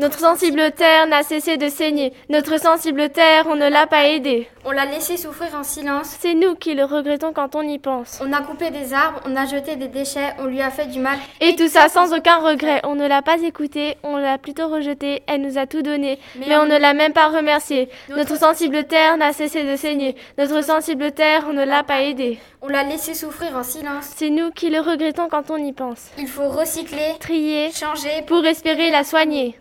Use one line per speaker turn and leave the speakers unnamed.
Notre sensible terre n'a cessé de saigner. Notre sensible terre, on ne l'a pas aidée.
On l'a laissé souffrir en silence.
C'est nous qui le regrettons quand on y pense.
On a coupé des arbres, on a jeté des déchets, on lui a fait du mal.
Et tout ça sans aucun regret. On ne l'a pas écoutée, on l'a plutôt rejetée. Elle nous a tout donné, mais, on ne l'a même pas remerciée. Notre sensible terre n'a cessé de saigner. Notre sensible terre, on ne l'a pas aidée.
On l'a laissé souffrir en silence.
C'est nous qui le regrettons quand on y pense.
Il faut recycler,
Trier
changer,
pour espérer la soigner.